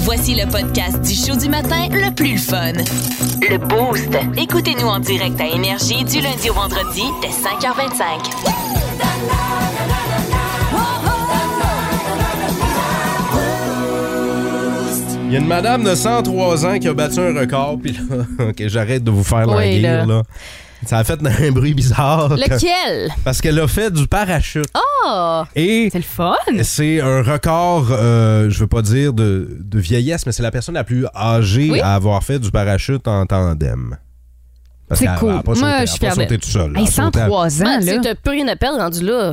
Voici le podcast du show du matin le plus le fun. Le Boost. Écoutez-nous en direct à Énergie du lundi au vendredi dès 5h25. Il y a une madame de 103 ans qui a battu un record, puis là, OK, j'arrête de vous faire Oui, languir, là. là. Ça a fait un bruit bizarre. Lequel? Parce qu'elle a fait du parachute. Oh! Et C'est le fun! c'est un record, euh, je veux pas dire de, de vieillesse, mais c'est la personne la plus âgée Oui. à avoir fait du parachute en tandem. Parce C'est qu'elle- cool. elle a pas Moi, sauté, elle a je suis pas fière sauté d'elle. tout seul. Hey, Elle a sauté à- 103 ans, Ben, Man, là. tu t'as plus rien à perdre rendu là.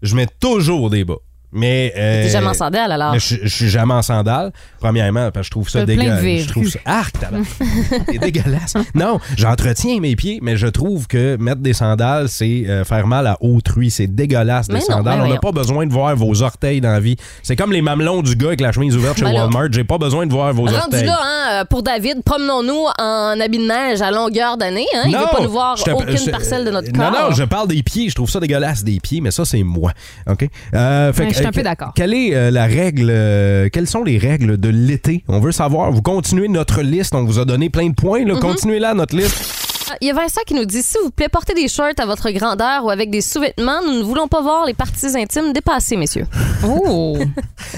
Je mets toujours des bas. Mais. euh, T'es jamais en sandales, alors. mais je, je suis jamais en sandales, premièrement, parce que je trouve ça T'as plein de dégueulasse. verrues. Je trouve ça. Ah, Arc, tabarnak. C'est dégueulasse. Non, j'entretiens mes pieds, mais je trouve que mettre des sandales, c'est euh, faire mal à autrui. C'est dégueulasse, des Mais non, sandales. ben On n'a voyons. pas besoin de voir vos orteils dans la vie. C'est comme les mamelons du gars avec la chemise ouverte chez Ben là. Walmart. J'ai pas besoin de voir vos Rendu orteils. là, hein, euh, pour David, promenons-nous en habit de neige à longueur d'année. Hein. Il veut pas nous voir je te- aucune je- parcelle de notre non, corps. Non, je parle des pieds. Je trouve ça dégueulasse des pieds, mais ça, c'est moi. OK? Euh, fait Ouais, que, je suis un euh, peu d'accord. Quelle est euh, la règle? euh, quelles sont les règles Mhm. de l'été? On veut savoir. Vous continuez notre liste. On vous a donné plein de points. là. Continuez là, notre liste. Ah, Il y a Vincent qui nous dit S'il vous plaît, portez des shorts à votre grandeur ou avec des sous-vêtements. Nous ne voulons pas voir les parties intimes dépassées, messieurs. Oh!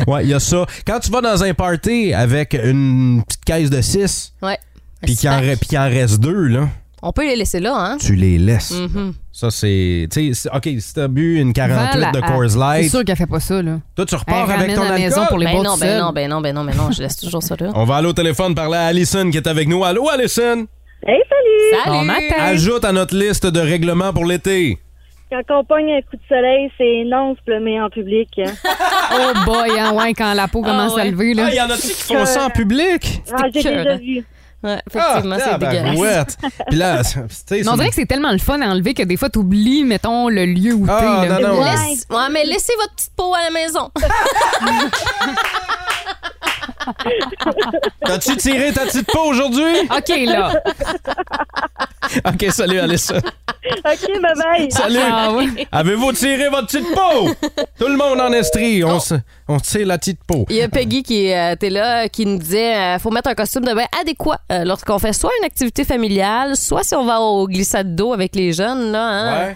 Ouais, il y a ça. Quand tu vas dans un party avec une petite caisse de 6, Ouais. puis qu'il en, Stack. re- puis qu'il en reste deux, là, On peut les laisser là, hein? tu les laisses. Mhm. Ça, c'est. Tu sais, c'est- OK, si t'as bu une 48 Voilà. Ah, de Coors C'est Light, sûr qu'elle fait pas ça, là. toi, tu repars Elle avec ramène ton à la alcool. maison pour les Ben bons non, tout ben seuls. non, ben non, ben non, ben non, je laisse toujours ça là. On va aller au téléphone parler à Allison qui est avec nous. Allô, Allison? Hey, salut! Salut! Bon matin. Ajoute à notre liste de règlements pour l'été. Quand on pogne un coup de soleil, c'est non se plumer en public. hein. Oh boy, hein, ouais, quand la peau commence à lever, là. Ah, il y en a-tu qui font ça en public? Ah, j'ai cœur, déjà hein. vu. Ouais, effectivement, c'est dégueulasse. dégueulasse. Ah, Puis là, c'est- tu sais, Mais on c'est- dirait que c'est tellement le fun à enlever que des fois, t'oublies, mettons, le lieu où t'es. Ah, là. non, non. Ouais. Laisse- ouais, mais laissez votre petite peau à la maison. T'as-tu tiré ta petite peau aujourd'hui? OK, là. OK, salut, Allison. OK, bye bye. Salut. Ah, ouais. Avez-vous tiré votre petite peau? Tout le monde en estrie. On, se, on tire la petite peau. Il y a Peggy qui était là, qui nous disait euh, faut mettre un costume de bain adéquat euh, lorsqu'on fait soit une activité familiale, soit si on va aux glissades d'eau avec les jeunes. Là, hein. Ouais.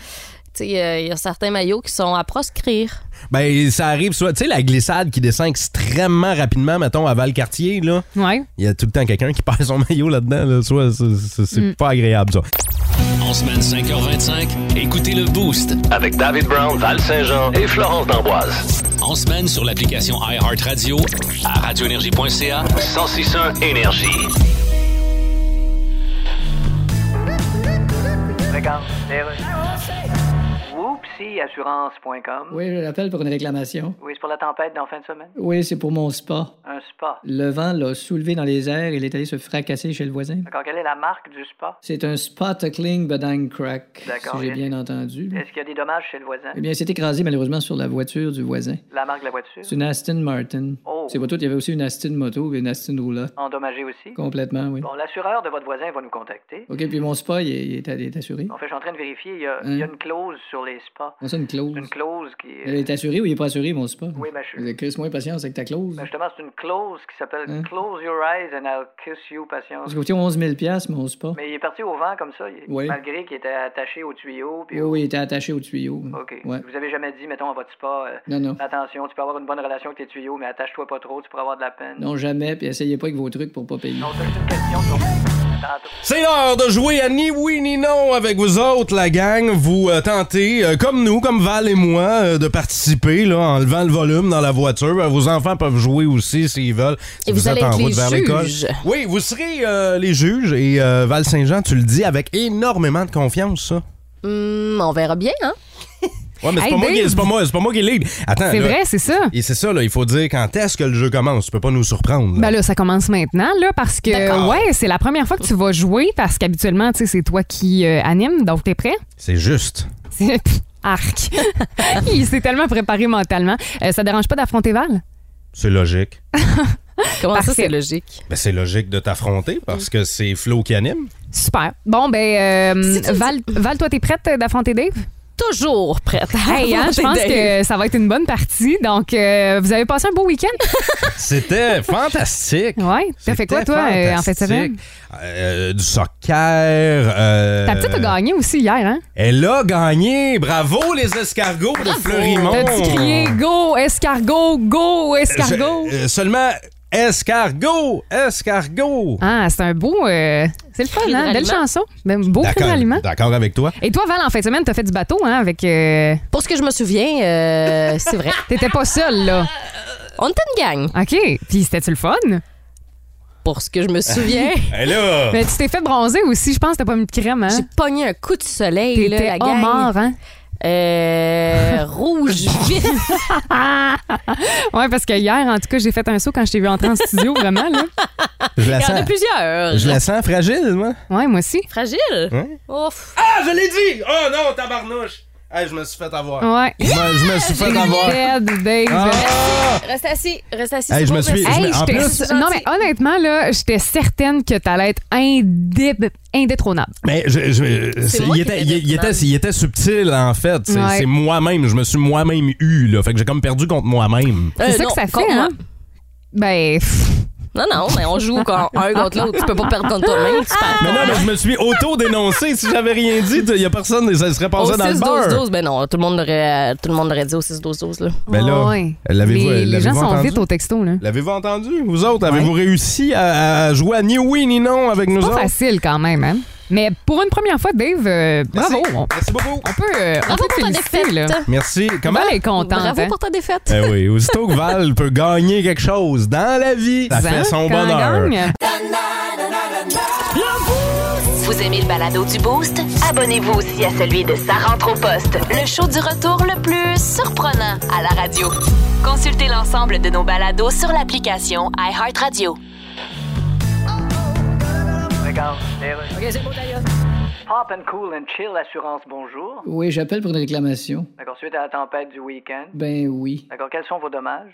Tu sais, euh, il y a certains maillots qui sont à proscrire. Ben, ça arrive soit. Tu sais, la glissade qui descend extrêmement rapidement, mettons, à Valcartier, là. Ouais. Il y a tout le temps quelqu'un qui perd son maillot là-dedans. Là. Soit, c'est- c'est c'est Mm. pas agréable, ça. En semaine 5h25, écoutez le Boost. Avec David Brown, Val Saint-Jean et Florence D'Amboise. En semaine sur l'application iHeartRadio à radioénergie.ca. 1061 Énergie. Regarde, les Whoopsieassurance.com. Oui, Oui, je l'appelle pour une réclamation. c'est pour la tempête d'en fin de semaine. Oui, c'est pour mon spa. Un spa. Le vent l'a soulevé dans les airs et il est allé se fracasser chez le voisin. D'accord, quelle est la marque du spa? C'est un spot cling bedang crack, D'accord, si j'ai et- bien entendu. Est-ce qu'il y a des dommages chez le voisin? Eh bien, c'est écrasé malheureusement sur la voiture du voisin. La marque de la voiture? C'est une Aston Martin. Oh. C'est pas tout, il y avait aussi une Aston moto et une Aston roulotte. Endommagée aussi? Complètement, oui. Bon, l'assureur de votre voisin va nous contacter. OK, puis mon spa, il est, il est- il est assuré. En fait, je suis en train de vérifier. Il y a, il y a une clause sur les spas. On a une clause. Une clause qui. Il est assuré ou il est pas assuré, mon spa? Oui, ma chérie. Euh, Chris, moins patience avec ta clause. Ben, justement, c'est une clause qui s'appelle Hein? Close your eyes and I'll kiss you, patience. Parce que coûtait 11 000 mon spa. Mais il est parti au vent comme ça, il- Oui. malgré qu'il était attaché au tuyau. Puis Oui, oui, il était attaché au tuyau. OK. Ouais. Vous avez jamais dit, mettons, à votre spa, euh, Non, non. attention, tu peux avoir une bonne relation avec tes tuyaux, mais attache-toi pas trop, tu pourras avoir de la peine. Non, jamais, puis essayez pas avec vos trucs pour pas payer. Non, c'est juste une question de- Tantôt. C'est l'heure de jouer à ni oui ni non avec vous autres, la gang. Vous euh, tentez, euh, comme nous, comme Val et moi, euh, de participer là, en levant le volume dans la voiture. Euh, vos enfants peuvent jouer aussi s'ils veulent. si Et vous allez êtes en être route les vers l'école. juges. Oui, vous serez euh, les juges. Et euh, Val Saint-Jean, tu le dis avec énormément de confiance, ça. Hum, on verra bien, hein? Ouais, mais c'est Hey, pas, moi qui- Ben! Dave. c'est pas moi- c'est pas moi qui lead. Attends, C'est là. vrai, c'est ça. Et c'est ça, là, il faut dire quand est-ce que le jeu commence. Tu peux pas nous surprendre. là. Ben là, ça commence maintenant, là, parce que, D'accord. ouais, c'est la première fois que tu vas jouer, parce qu'habituellement, tu sais, c'est toi qui euh, anime, donc t'es prêt? C'est juste. C'est- Arc. Il s'est tellement préparé mentalement. Euh, ça dérange pas d'affronter Val? C'est logique. Comment ça, Parfait. c'est logique? Ben, c'est logique de t'affronter parce que c'est Flo qui anime. Super. Bon, ben, euh, Val, Val, toi, t'es prête euh, d'affronter Dave? Toujours prête. Hey, hein, je pense que ça va être une bonne partie. Donc, euh, vous avez passé un beau week-end? C'était fantastique. Ouais. T'as fait quoi, toi, C'était euh, en fait, ça semaine? fantastique. Euh, Du soccer. euh, Ta petite a gagné aussi hier, hein? Elle a gagné. Bravo, les escargots de Fleurimont. T'as-tu crié go, escargot, go, escargot? Je- euh, seulement escargot, escargot. Ah, c'est un beau. euh, c'est le fun, Crime hein? Belle d'aliment. chanson. Même beau crime d'aliment. D'accord avec toi. Et toi, Val, en fin de semaine, t'as fait du bateau, hein? Avec. euh, Pour ce que je me souviens, euh, c'est vrai. T'étais pas seul, là. On était une gang. OK. Puis c'était-tu le fun? Oh. Pour ce que Hein? je me souviens, Elle a. Mais tu t'es fait bronzer aussi, je pense. T'as pas mis de crème, hein? j'ai pogné un coup de soleil, là, T'étais la gang. homard, hein? Euh, rouge vif. Ouais, parce que hier, en tout cas, j'ai fait un saut quand je t'ai vu entrer en studio, vraiment, là. Je la Il y en a sens. plusieurs. Je la sens fragile, moi. Ouais, moi aussi. Fragile. Ouais. Ouf. Ah, je l'ai dit! Oh non, tabarnouche! Hey, je me suis fait avoir. Ouais. Je me- je me suis fait avoir. Dead, Dave. Ah! Reste assis. Reste assis. Hey, c'est je bon, me suis- merci. je me- Hey, en j'étais- plus- non, mais honnêtement, là, j'étais certaine que t'allais être indé- indétrônable. Mais ben, je, je- c'est- moi il, qui était, étais il, il détestable. était, il était subtil, en fait. C'est Ouais. c'est moi-même. Je me suis moi-même eu, là. Fait que j'ai comme perdu contre moi-même. C'est Euh, ça non, que ça fait, contre moi. hein? Ben, pff, Non, non, mais on joue quand un contre l'autre. Tu peux pas perdre contre toi-même. Ah! Tu perds. Mais non, mais je me suis auto-dénoncé. Si j'avais rien dit, il y a personne, ça serait Au passé dans le bar. 6-12-12, ben non, tout le monde aurait, euh, tout le monde aurait dit au 6-12-12. là. Ben là, Ouais. l'avez-vous- les, les gens l'avez-vous sont entendu? vite au texto. là. L'avez-vous entendu? Vous autres, avez-vous réussi à, à jouer à ni oui ni non avec nous Pas autres? facile quand même. Hein? Mais pour une première fois, Dave, euh, Merci. bravo. On, Merci beaucoup. on peut, euh, on Bravo peut te pour ta féliciter. défaite. Là. Merci. Comment? Val est contente. Bravo hein. pour ta défaite. Eh oui, aussitôt que Val peut gagner quelque chose dans la vie, ça fait son Quand elle bonheur. gagne. Vous aimez le balado du Boost? Abonnez-vous aussi à celui de Sa rentre au poste, le show du retour le plus surprenant à la radio. Consultez l'ensemble de nos balados sur l'application iHeartRadio. Regarde, les rues. Pop and cool and chill, assurance, bonjour. Oui, j'appelle pour une réclamation. D'accord, suite à la tempête du week-end. Ben oui. D'accord, quels sont vos dommages?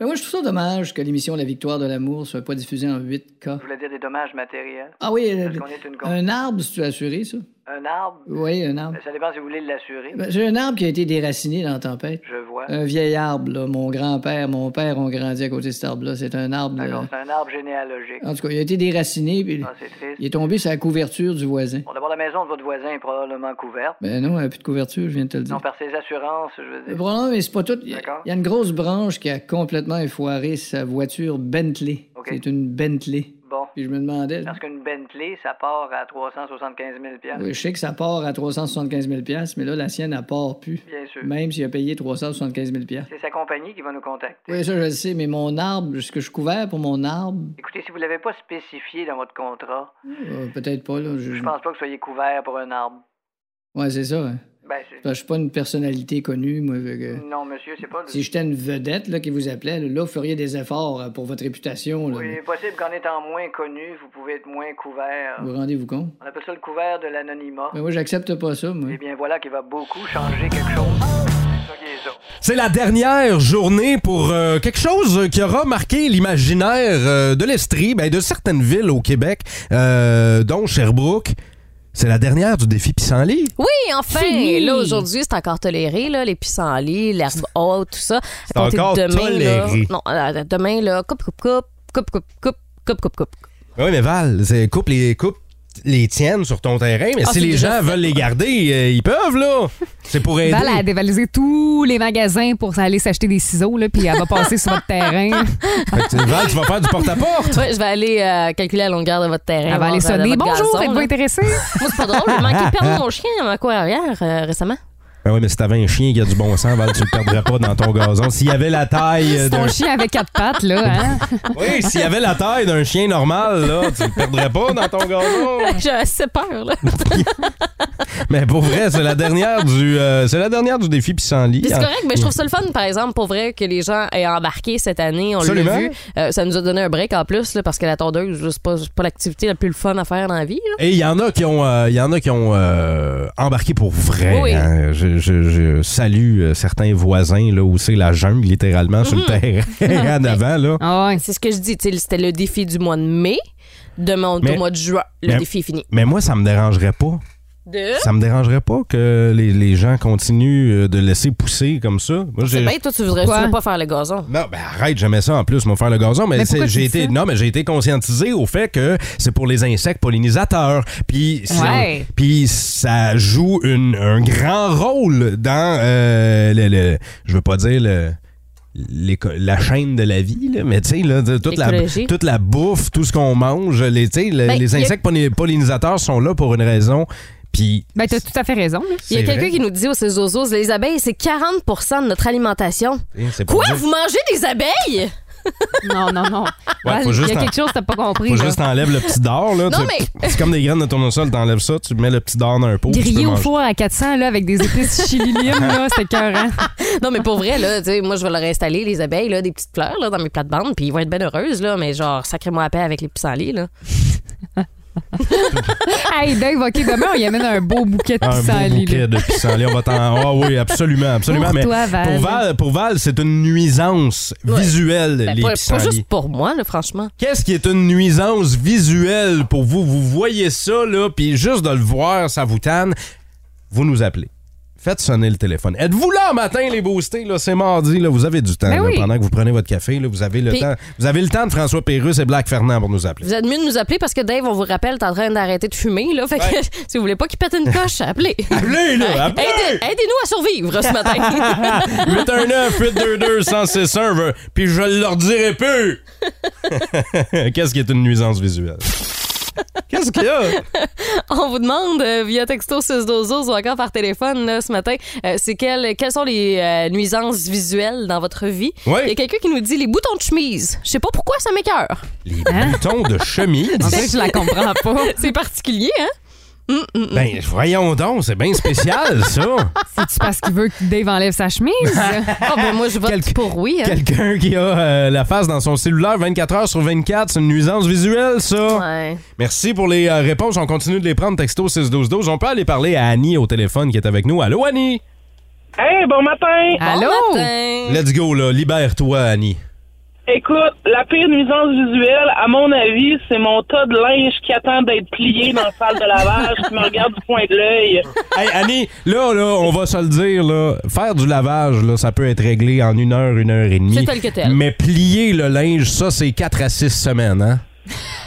Mais moi, je trouve ça dommage que l'émission La victoire de l'amour soit pas diffusée en 8K. Je voulais dire des dommages matériels. Ah oui, euh, Parce qu'on est une con. un arbre, si tu as assuré ça. Un arbre? Oui, un arbre. Ben, Ça dépend si vous voulez l'assurer. Ben, J'ai un arbre qui a été déraciné dans la tempête. Je vois. Un vieil arbre, là. Mon grand-père, mon père ont grandi à côté de cet arbre-là. C'est un arbre. D'accord, là. c'est un arbre généalogique. En tout cas, il a été déraciné, puis Ah, c'est triste. il est tombé sur la couverture du voisin. Bon, d'abord, la maison de votre voisin est probablement couverte. Ben non, il n'y a plus de couverture, je viens de te le dire. Non, par ses assurances, je veux Le dire. problème, mais c'est pas tout. Il y, a- D'accord. il y a une grosse branche qui a complètement effoiré sa voiture Bentley. OK. C'est une Bentley. Bon. Puis je me demandais. Parce qu'une Bentley, ça part à 375 000 Oui, euh, je sais que ça part à 375 000 mais là, la sienne, elle part plus. Bien sûr. Même s'il a payé 375 000 C'est sa compagnie qui va nous contacter. Oui, ça, je le sais, mais mon arbre, ce que je suis couvert pour mon arbre, Écoutez, si vous ne l'avez pas spécifié dans votre contrat, euh, peut-être pas, là. Je... je pense pas que vous soyez couvert pour un arbre. Ouais, c'est ça. hein. Ben, c'est- Parce que je suis pas une personnalité connue, moi. fait que- Non, monsieur, c'est pas... Si j'étais une vedette, là, qui vous appelait, là, vous feriez des efforts euh, pour votre réputation, là. Oui, il est possible qu'en étant moins connu, vous pouvez être moins couvert. Vous vous rendez-vous compte? On appelle ça le couvert de l'anonymat. Mais moi, j'accepte pas ça, moi. Eh bien, voilà qui va beaucoup changer quelque chose. C'est ça qui est ça. C'est la dernière journée pour euh, quelque chose qui aura marqué l'imaginaire euh, de l'Estrie, ben, de certaines villes au Québec, euh, dont Sherbrooke. C'est la dernière du défi Pissenlit. Oui, enfin! Fini. Là, aujourd'hui, c'est encore toléré, là, les pissenlits, l'herbe haute, tout ça. C'est encore toléré. non, euh, demain, là, coupe, coupe, coupe, coupe, coupe, coupe, coupe, coupe, coupe. Ben Oui, mais Val, c'est coupe les coupes les tiennes sur ton terrain, mais Ah, si c'est les déjà gens fait. veulent les garder, euh, ils peuvent, là. C'est pour aider. Val a dévalisé tous les magasins pour aller s'acheter des ciseaux, là, puis elle va passer sur votre terrain. Fait que, Val, tu vas faire du porte-à-porte. Ouais, je vais aller euh, calculer la longueur de votre terrain. Elle va aller voir, euh, de sonner. votre Bonjour, gazon, êtes-vous là. intéressé? Moi, c'est pas drôle, j'ai manqué de perdre mon chien à ma cour arrière euh, récemment. Ben oui, mais si t'avais un chien qui a du bon sens, Val, tu le perdrais pas dans ton gazon. S'il y avait la taille euh, d'un Ton chien avec quatre pattes, là. Hein? Oui, s'il y avait la taille d'un chien normal, là, tu le perdrais pas dans ton gazon. J'ai assez peur, là. Mais pour vrai, c'est la dernière du euh, c'est la dernière du défi Pissenlit. Puis c'est correct, mais je trouve ça le fun, par exemple, pour vrai, que les gens aient embarqué cette année. On l'a Absolument. vu. Euh, ça nous a donné un break en plus, là, parce que la tondeuse, c'est pas, c'est pas l'activité la plus le fun à faire dans la vie. là. Et il y en a qui ont euh, il y en a qui ont euh, embarqué pour vrai. Oui. hein. Je, je- je salue euh, certains voisins là où c'est la jungle littéralement sur Mm. le terrain en avant là. Ah ouais. C'est ce que je dis. tu sais, C'était le défi du mois de mai. Demain, on est Mais- au mois de juin. Le mais- défi est fini. Mais moi ça me dérangerait pas. De... Ça me dérangerait pas que les, les gens continuent euh, de laisser pousser comme ça. Moi j'ai Ben, toi, tu voudrais, tu Quoi? veux pas faire le gazon. Non, ben arrête, j'aimais ça en plus, me faire le gazon, mais, Mais c'est- pourquoi tu j'ai dis été ça? non, mais j'ai été conscientisé au fait que c'est pour les insectes pollinisateurs, puis c'est- Ouais. puis ça joue une- un grand rôle dans euh, le, le- je veux pas dire le l'éco- la chaîne de la vie, là, mais tu sais, là, de- toute, la, L'écologie. toute la bouffe, tout ce qu'on mange, les, tu sais, le- Ben, les y a- insectes polli- pollinisateurs sont là pour une raison, puis Ben, t'as tout à fait raison. là. Il y a c'est quelqu'un vrai. qui nous dit, oh, ces zozos, les abeilles, c'est 40 de notre alimentation. Eh, c'est pour Quoi? dire- Vous mangez des abeilles? Non, non, non. Ouais, Val, faut il y juste a en- quelque chose que t'as pas compris. Faut là. juste t'enlèves le petit d'or, là. Non, tu- mais- C'est comme des graines de tournesol, t'enlèves ça, tu mets le petit d'or dans un pot. puis tu peux Grillé au manger. four à 400 là, avec des épices chili lime, là, c'était écœurant. Non, mais pour vrai, là, tu sais, moi, je vais leur installer, les abeilles, là, des petites fleurs, là, dans mes plates-bandes, puis ils vont être bien heureuses, là, mais genre, sacrez-moi la paix avec les pissenlits, là. Hey, Dave, OK, demain, on y amène un beau bouquet de Un beau pissenlits. bouquet là. de pissenlits. On va t'en. Ah oui, absolument, absolument. Pour mais toi, Val. Pour Val, pour Val, c'est une nuisance visuelle, Ben, les pas, pas pissenlits. juste pour moi, là, franchement. Qu'est-ce qui est une nuisance visuelle pour vous? Vous voyez ça, là, puis juste de le voir, ça vous tanne. Vous nous appelez. Faites sonner le téléphone. Êtes-vous là matin, les boostés? Là, c'est mardi, là, vous avez du temps. Ben là, oui. Pendant que vous prenez votre café, là, vous, avez le Puis- temps, vous avez le temps de François Pérusse et Black Fernand pour nous appeler. Vous êtes mieux de nous appeler parce que Dave, on vous rappelle, t'es en train d'arrêter de fumer. Là, fait que, si vous voulez pas qu'il pète une coche, appelez. Appelez, là! Appelez! Aidez- Aidez-nous à survivre ce matin. 819-822-1061, veut- puis je leur dirai plus! Qu'est-ce qui est une nuisance visuelle? Qu'est-ce qu'il y a? On vous demande euh, via texto 612 ou encore par téléphone là, ce matin, euh, c'est quelles, quelles sont les euh, nuisances visuelles dans votre vie. Il Ouais. y a quelqu'un qui nous dit les boutons de chemise. Je sais pas pourquoi ça m'écœure. Les boutons de chemise. En fait, je la comprends pas. C'est particulier, hein? Ben, voyons donc, c'est bien spécial, ça. C'est-tu parce qu'il veut que Dave enlève sa chemise? Ah ben moi, je vote Quelque- pour oui. hein. Quelqu'un qui a euh, la face dans son cellulaire 24 heures sur 24, c'est une nuisance visuelle, ça. Ouais. Merci pour les euh, réponses. On continue de les prendre, texto 61212. On peut aller parler à Annie au téléphone qui est avec nous. Allô, Annie? Hey, bon matin! Allô? Bon matin. Let's go, là. Libère-toi, Annie. Écoute, la pire nuisance visuelle, à mon avis, c'est mon tas de linge qui attend d'être plié dans la salle de lavage qui me regarde du coin de l'œil. Hey, Annie, là, là, on va se le dire, là. Faire du lavage, là, ça peut être réglé en une heure, une heure et demie. C'est tel que tel. Mais plier le linge, ça, c'est 4 à 6 semaines, hein?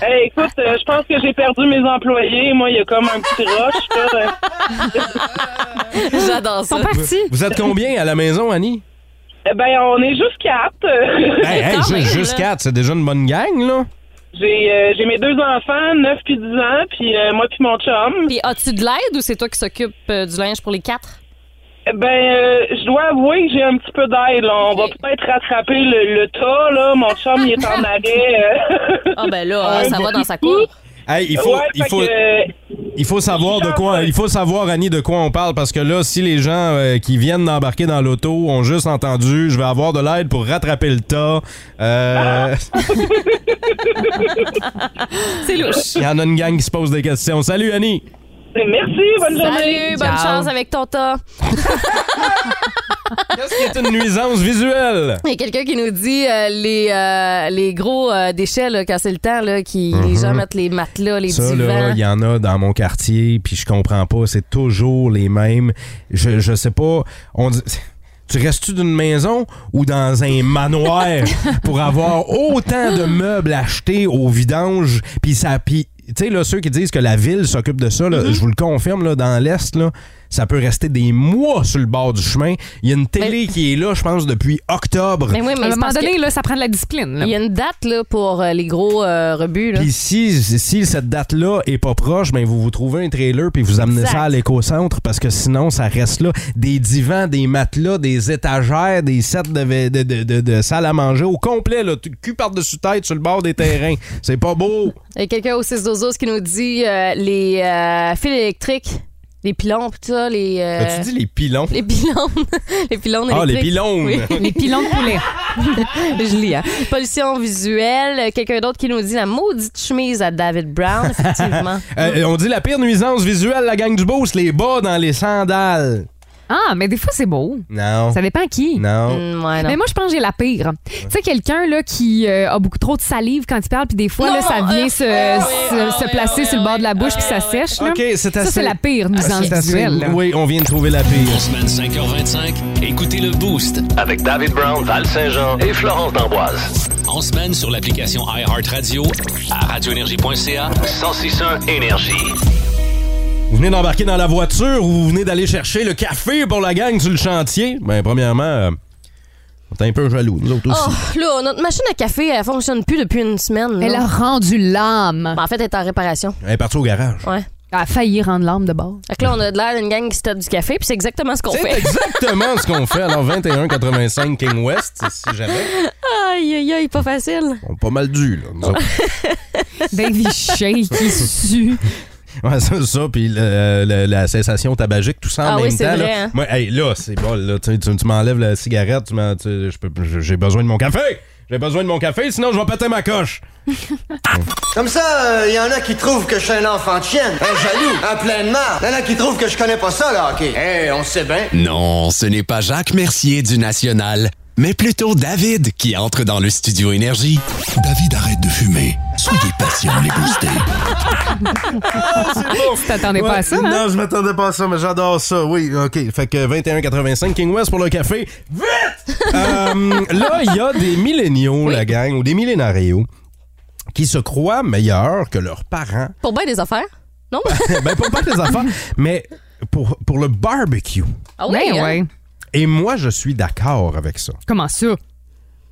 Hey, écoute, euh, je pense que j'ai perdu mes employés. Moi, il y a comme un petit rush. là. J'adore ça. Ils sont partis. Vous êtes combien à la maison, Annie? Eh ben, on est juste quatre. Hey, hey, Quand ju- même, juste là. 4, c'est déjà une bonne gang, là. j'ai euh, j'ai mes deux enfants, 9 puis 10 ans, puis euh, moi puis mon chum. Puis as-tu de l'aide ou c'est toi qui s'occupe euh, du linge pour les quatre? Eh Ben, euh, je dois avouer que j'ai un petit peu d'aide. là. On va Ok. peut-être rattraper le, le tas, là. Mon chum, il est en arrêt. euh. Ah ben là, hein, Ouais, ça va beaucoup. dans sa cour. Hey, il faut, Ouais, il fait faut, que, euh, il faut savoir de quoi, il faut savoir Annie de quoi on parle parce que là, si les gens euh, qui viennent d'embarquer dans l'auto ont juste entendu, je vais avoir de l'aide pour rattraper le tas. euh, C'est louche. Il y en a une gang qui se pose des questions. Salut Annie. Merci, bonne journée. Salut, bonne chance avec ton tas. Qu'est-ce qui est une nuisance visuelle Il y a quelqu'un qui nous dit euh, les, euh, les gros euh, déchets, là, quand c'est le temps, là, qui, les gens mettent les matelas, les Mhm. Ça là, divans. il y en a dans mon quartier, puis je comprends pas. C'est toujours les mêmes. Je, je sais pas. On dit. Tu restes-tu d'une maison ou dans un manoir pour avoir autant de meubles achetés au vidange? Puis ça. Puis, tu sais, là, ceux qui disent que la ville s'occupe de ça, Mm-hmm. là, je vous le confirme, là, dans l'Est, là, ça peut rester des mois sur le bord du chemin. Il y a une télé qui est là, je pense, depuis octobre. Mais oui, À mais un c'est moment parce que donné, là, ça prend de la discipline. là. il y a une date là, pour euh, les gros euh, rebuts. Là. Puis si, si cette date-là est pas proche, ben vous vous trouvez un trailer puis vous amenez Exact. ça à l'éco-centre parce que sinon, ça reste là. Des divans, des matelas, des étagères, des sets de, ve- de, de, de- de salle à manger au complet, là, tout- cul par-dessus tête sur le bord des terrains. C'est pas beau. Il y a quelqu'un au 6 12 qui nous dit euh, les euh, fils électriques, les pylônes, pis tout ça, les. euh, As-tu dit les pilons? les pylônes. les pylônes électriques. Ah, les pylônes! Oui. Les pilons de poulet. Je lis. hein. Pollution visuelle. Quelqu'un d'autre qui nous dit la maudite chemise à David Brown, effectivement. Euh, on dit la pire nuisance visuelle, la gang du boost, les bas dans les sandales. Ah, mais des fois, c'est beau. Non. Ça dépend qui. Oh. Non. Mm, ouais, non. Mais moi, je pense que j'ai la pire. Tu sais, quelqu'un là qui euh, a beaucoup trop de salive quand il parle, puis des fois, Non, là, ça non, vient euh, se, ah oui, se- ah se oui, placer ah sur le oui, bord de la bouche, ah puis ça oui, sèche. là. OK, c'est Ça, assez. c'est la pire nuisance c'est assez- visuelle. là. Oui, on vient de trouver la pire. En semaine 5h25, écoutez le Boost. Avec David Brown, Val Saint-Jean et Florence D'Amboise. En semaine sur l'application iHeartRadio, à radioénergie.ca. 1061 Énergie. Vous venez d'embarquer dans la voiture ou vous venez d'aller chercher le café pour la gang sur le chantier? Ben, premièrement, euh, on est un peu jaloux, nous autres aussi. Oh, là, notre machine à café, elle fonctionne plus depuis une semaine. là. Elle a rendu l'âme. Ben, en fait, elle est en réparation. Elle est partie au garage. Ouais. Elle a failli rendre l'âme de bord. Fait que là, on a de l'air d'une gang qui se tape du café, puis c'est exactement ce qu'on C'est fait. exactement ce qu'on fait. Alors, 2185 King West, si jamais. Aïe, aïe, aïe, pas facile. On est pas mal dû, là. Oh! nous autres. Davy Shake, qui sue. Ouais, ça, ça puis le- le- la cessation tabagique, tout ça en Ah oui, même c'est temps. vrai, là. hein. Moi, hey, là, c'est bon, là. Tu, tu- tu m'enlèves la cigarette, tu m'en- tu- je peux- je- j'ai besoin de mon café! J'ai besoin de mon café, sinon je vais péter ma coche! Comme ça, il y en a qui trouvent que je suis un enfant de chienne, un jaloux, un plein de marre. Il y en a qui trouvent que je connais pas ça, là, hockey. Eh, on sait bien. Non, ce n'est pas Jacques Mercier du National, mais plutôt David qui entre dans le studio Énergie. David arrête de fumer. Soyez patients, les boostés. Tu t'attendais pas à ça, Ouais, hein? Non, je m'attendais pas à ça, mais j'adore ça. Oui, OK. Fait que 21,85 King West pour le café. Vite! Euh, là, il y a des milléniaux, la gang, ou des millénarios, qui se croient meilleurs que leurs parents. Pour bien des affaires? Non? ben, pour pas que les enfants, mais pour, pour le barbecue. Ah oui, Ben hein? ouais. Et moi, je suis d'accord avec ça. Comment ça?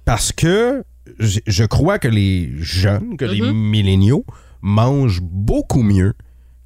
Parce que je je crois que les jeunes, que les milléniaux, mangent beaucoup mieux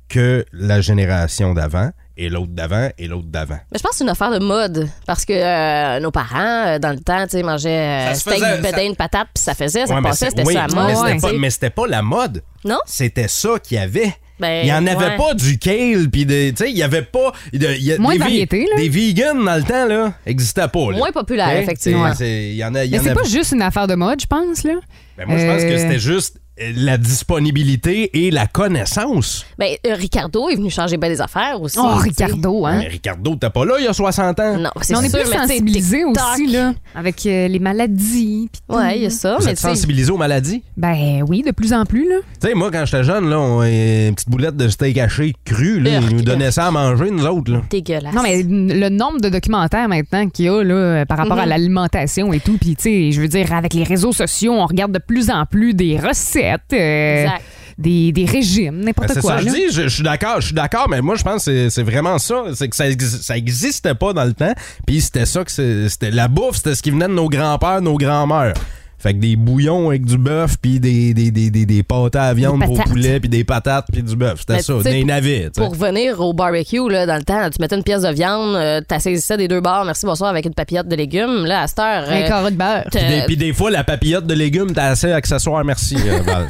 que la génération d'avant et l'autre d'avant et l'autre d'avant. Mais je pense que c'est une affaire de mode. Parce que euh, nos parents, euh, dans le temps, tu sais, mangeaient euh, se steak, faisait, bedin, une patate, puis ça faisait, ça Ouais, mais passait, c'est- c'était oui, ça à mais mode. c'était tu pas- sais. Mais c'était pas la mode. Non? C'était ça qu'il y avait. Ben, il n'y en avait ouais. pas du kale, puis des- tu sais, il n'y avait pas. de- il y a- Moins des, de vi- variété, là. des vegans dans le temps, là, n'existaient pas. là. Moins populaire, Hein? effectivement. C'est- c'est- Il y en a. il y Mais en c'est a- pas juste une affaire de mode, je pense, là. Ben, moi, je pense que Euh, c'était juste euh, la disponibilité et la connaissance. Ben, euh, Ricardo est venu changer bien des affaires aussi. Oh, tu sais. Ricardo, hein? Mais Ricardo, t'as pas là il y a 60 ans. Non, Mais on est plus sensibilisés aussi, là, avec euh, les maladies. Ouais, il y a ça, Vous êtes sensibilisé aux maladies? Ben oui, de plus en plus, là. Tu sais, moi, quand j'étais jeune, là, on- une petite boulette de steak haché cru, là, ils nous donnaient ça à manger, nous autres. Là. Dégueulasse. Non, mais euh, le nombre de documentaires maintenant qu'il y a là, euh, par rapport Mhm. à l'alimentation et tout, puis tu sais, je veux dire, avec les réseaux sociaux, on regarde de plus en plus des recettes, euh, Exact. des, des régimes, Ben, n'importe c'est quoi. ça, je là. dis, je, je suis d'accord, je suis d'accord, mais moi, je pense que c'est- c'est vraiment ça. C'est que ça, exi- ça existait pas dans le temps, puis c'était ça que c'est- c'était la bouffe, c'était ce qui venait de nos grands-pères, nos grands-mères. Fait que des bouillons avec du bœuf, puis des, des, des, des, des pâtes à viande Des pour patates. poulet, puis des patates, puis du bœuf. C'était Mais ça, tu sais, des pour- navets. tu sais. Pour revenir au barbecue, là, dans le temps, tu mettais une pièce de viande, euh, t'assaisissais ça des deux bords, merci, bonsoir, avec une papillote de légumes. Là, à cette heure. euh, Un carreau de beurre. Puis des, puis des fois, la papillote de légumes, t'as assez accessoire, merci. euh, Val.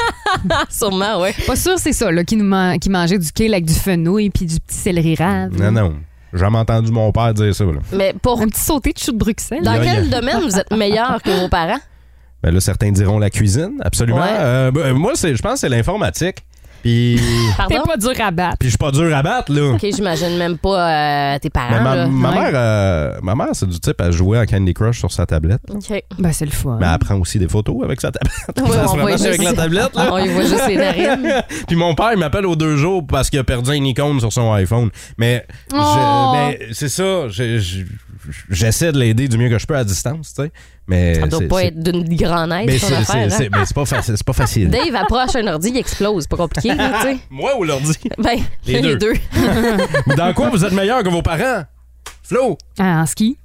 Sûrement, ouais. Pas sûr, c'est ça, là, qui, nous man- qui mangeait du kale avec du fenouil puis du petit céleri rave. non, non, j'ai jamais entendu mon père dire ça. Là. Mais pour. Un petit sauté de chou de Bruxelles. Dans Y a quel rien. domaine vous êtes meilleur que vos parents? Ben là, certains diront la cuisine, absolument. Euh, ben, moi, c'est- je pense que c'est l'informatique. Puis, Pardon? T'es pas dur à battre. puis je suis pas dur à battre, là. OK, j'imagine même pas euh, tes parents. Mais ma, là. ma Ouais. mère, euh, ma mère, c'est du type à jouer à Candy Crush sur sa tablette. OK. Ben, c'est le fun. Mais elle prend aussi des photos avec sa tablette. Ouais, Ça se on voit promène juste- avec la tablette. Là. Ah, On y voit juste les narines. Puis mon père, il m'appelle aux deux jours parce qu'il a perdu une icône sur son iPhone. Mais, je- Oh. mais c'est ça. je- je- J'essaie de l'aider du mieux que je peux à distance, tu sais. Mais Ça doit c'est- pas c'est- être d'une grande mais aide, c'est- ton c'est- affaire. c'est- hein? mais c'est pas, faci- c'est pas facile. Dave approche un ordi, il explose. Pas compliqué, là, tu sais. Moi ou l'ordi? Ben, Les deux. Dans quoi vous êtes meilleur que vos parents? Flo? Ah, en ski?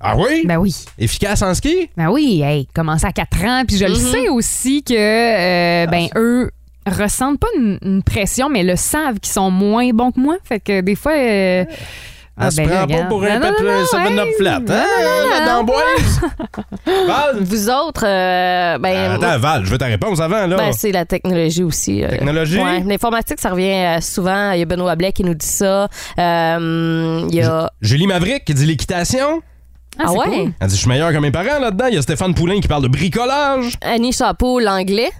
Ah oui? Ben oui. Efficace en ski? Ben oui, hey, commence à 4 ans. Puis je le Mhm. sais aussi que, euh, ben, Ah, eux ressentent pas une, une pression, mais le savent qu'ils sont moins bons que moi. Fait que des fois. euh, Elle Ah, se ben prend pas là, regarde. pour un Non, non, peuple non, non, seven hey. up flat. Hein, la d'amboise? Ben, Val? Vous autres, euh, ben. Attends, Val, je veux ta réponse avant, là. Ben, c'est la technologie aussi. euh. Technologie? Ouais, L'informatique, ça revient euh, souvent. Il y a Benoît Blais qui nous dit ça. Euh, Il y a. Julie Maverick qui dit l'équitation. Ah, ouais? Elle dit, je suis meilleur que mes parents là-dedans. Il y a Stéphane Poulain qui parle de bricolage. Annie Chapeau, l'anglais.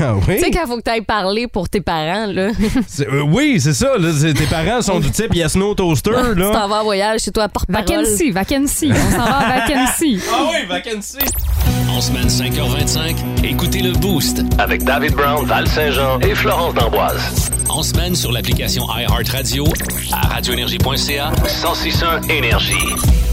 Ah oui? Tu sais, quand faut que t'ailles parler pour tes parents, là. C'est- euh, oui, c'est ça. là, c'est- tes parents sont du type Yes No Toaster, tu t'en là. vas en voyage chez toi, porte-parole. Vacancy, vacancy. On s'en va à vacancy. Ah oui, vacancy. En semaine 5h25, écoutez le Boost. Avec David Brown, Val Saint-Jean et Florence D'Amboise. En semaine sur l'application iHeartRadio à radioénergie.ca. 1061 Énergie.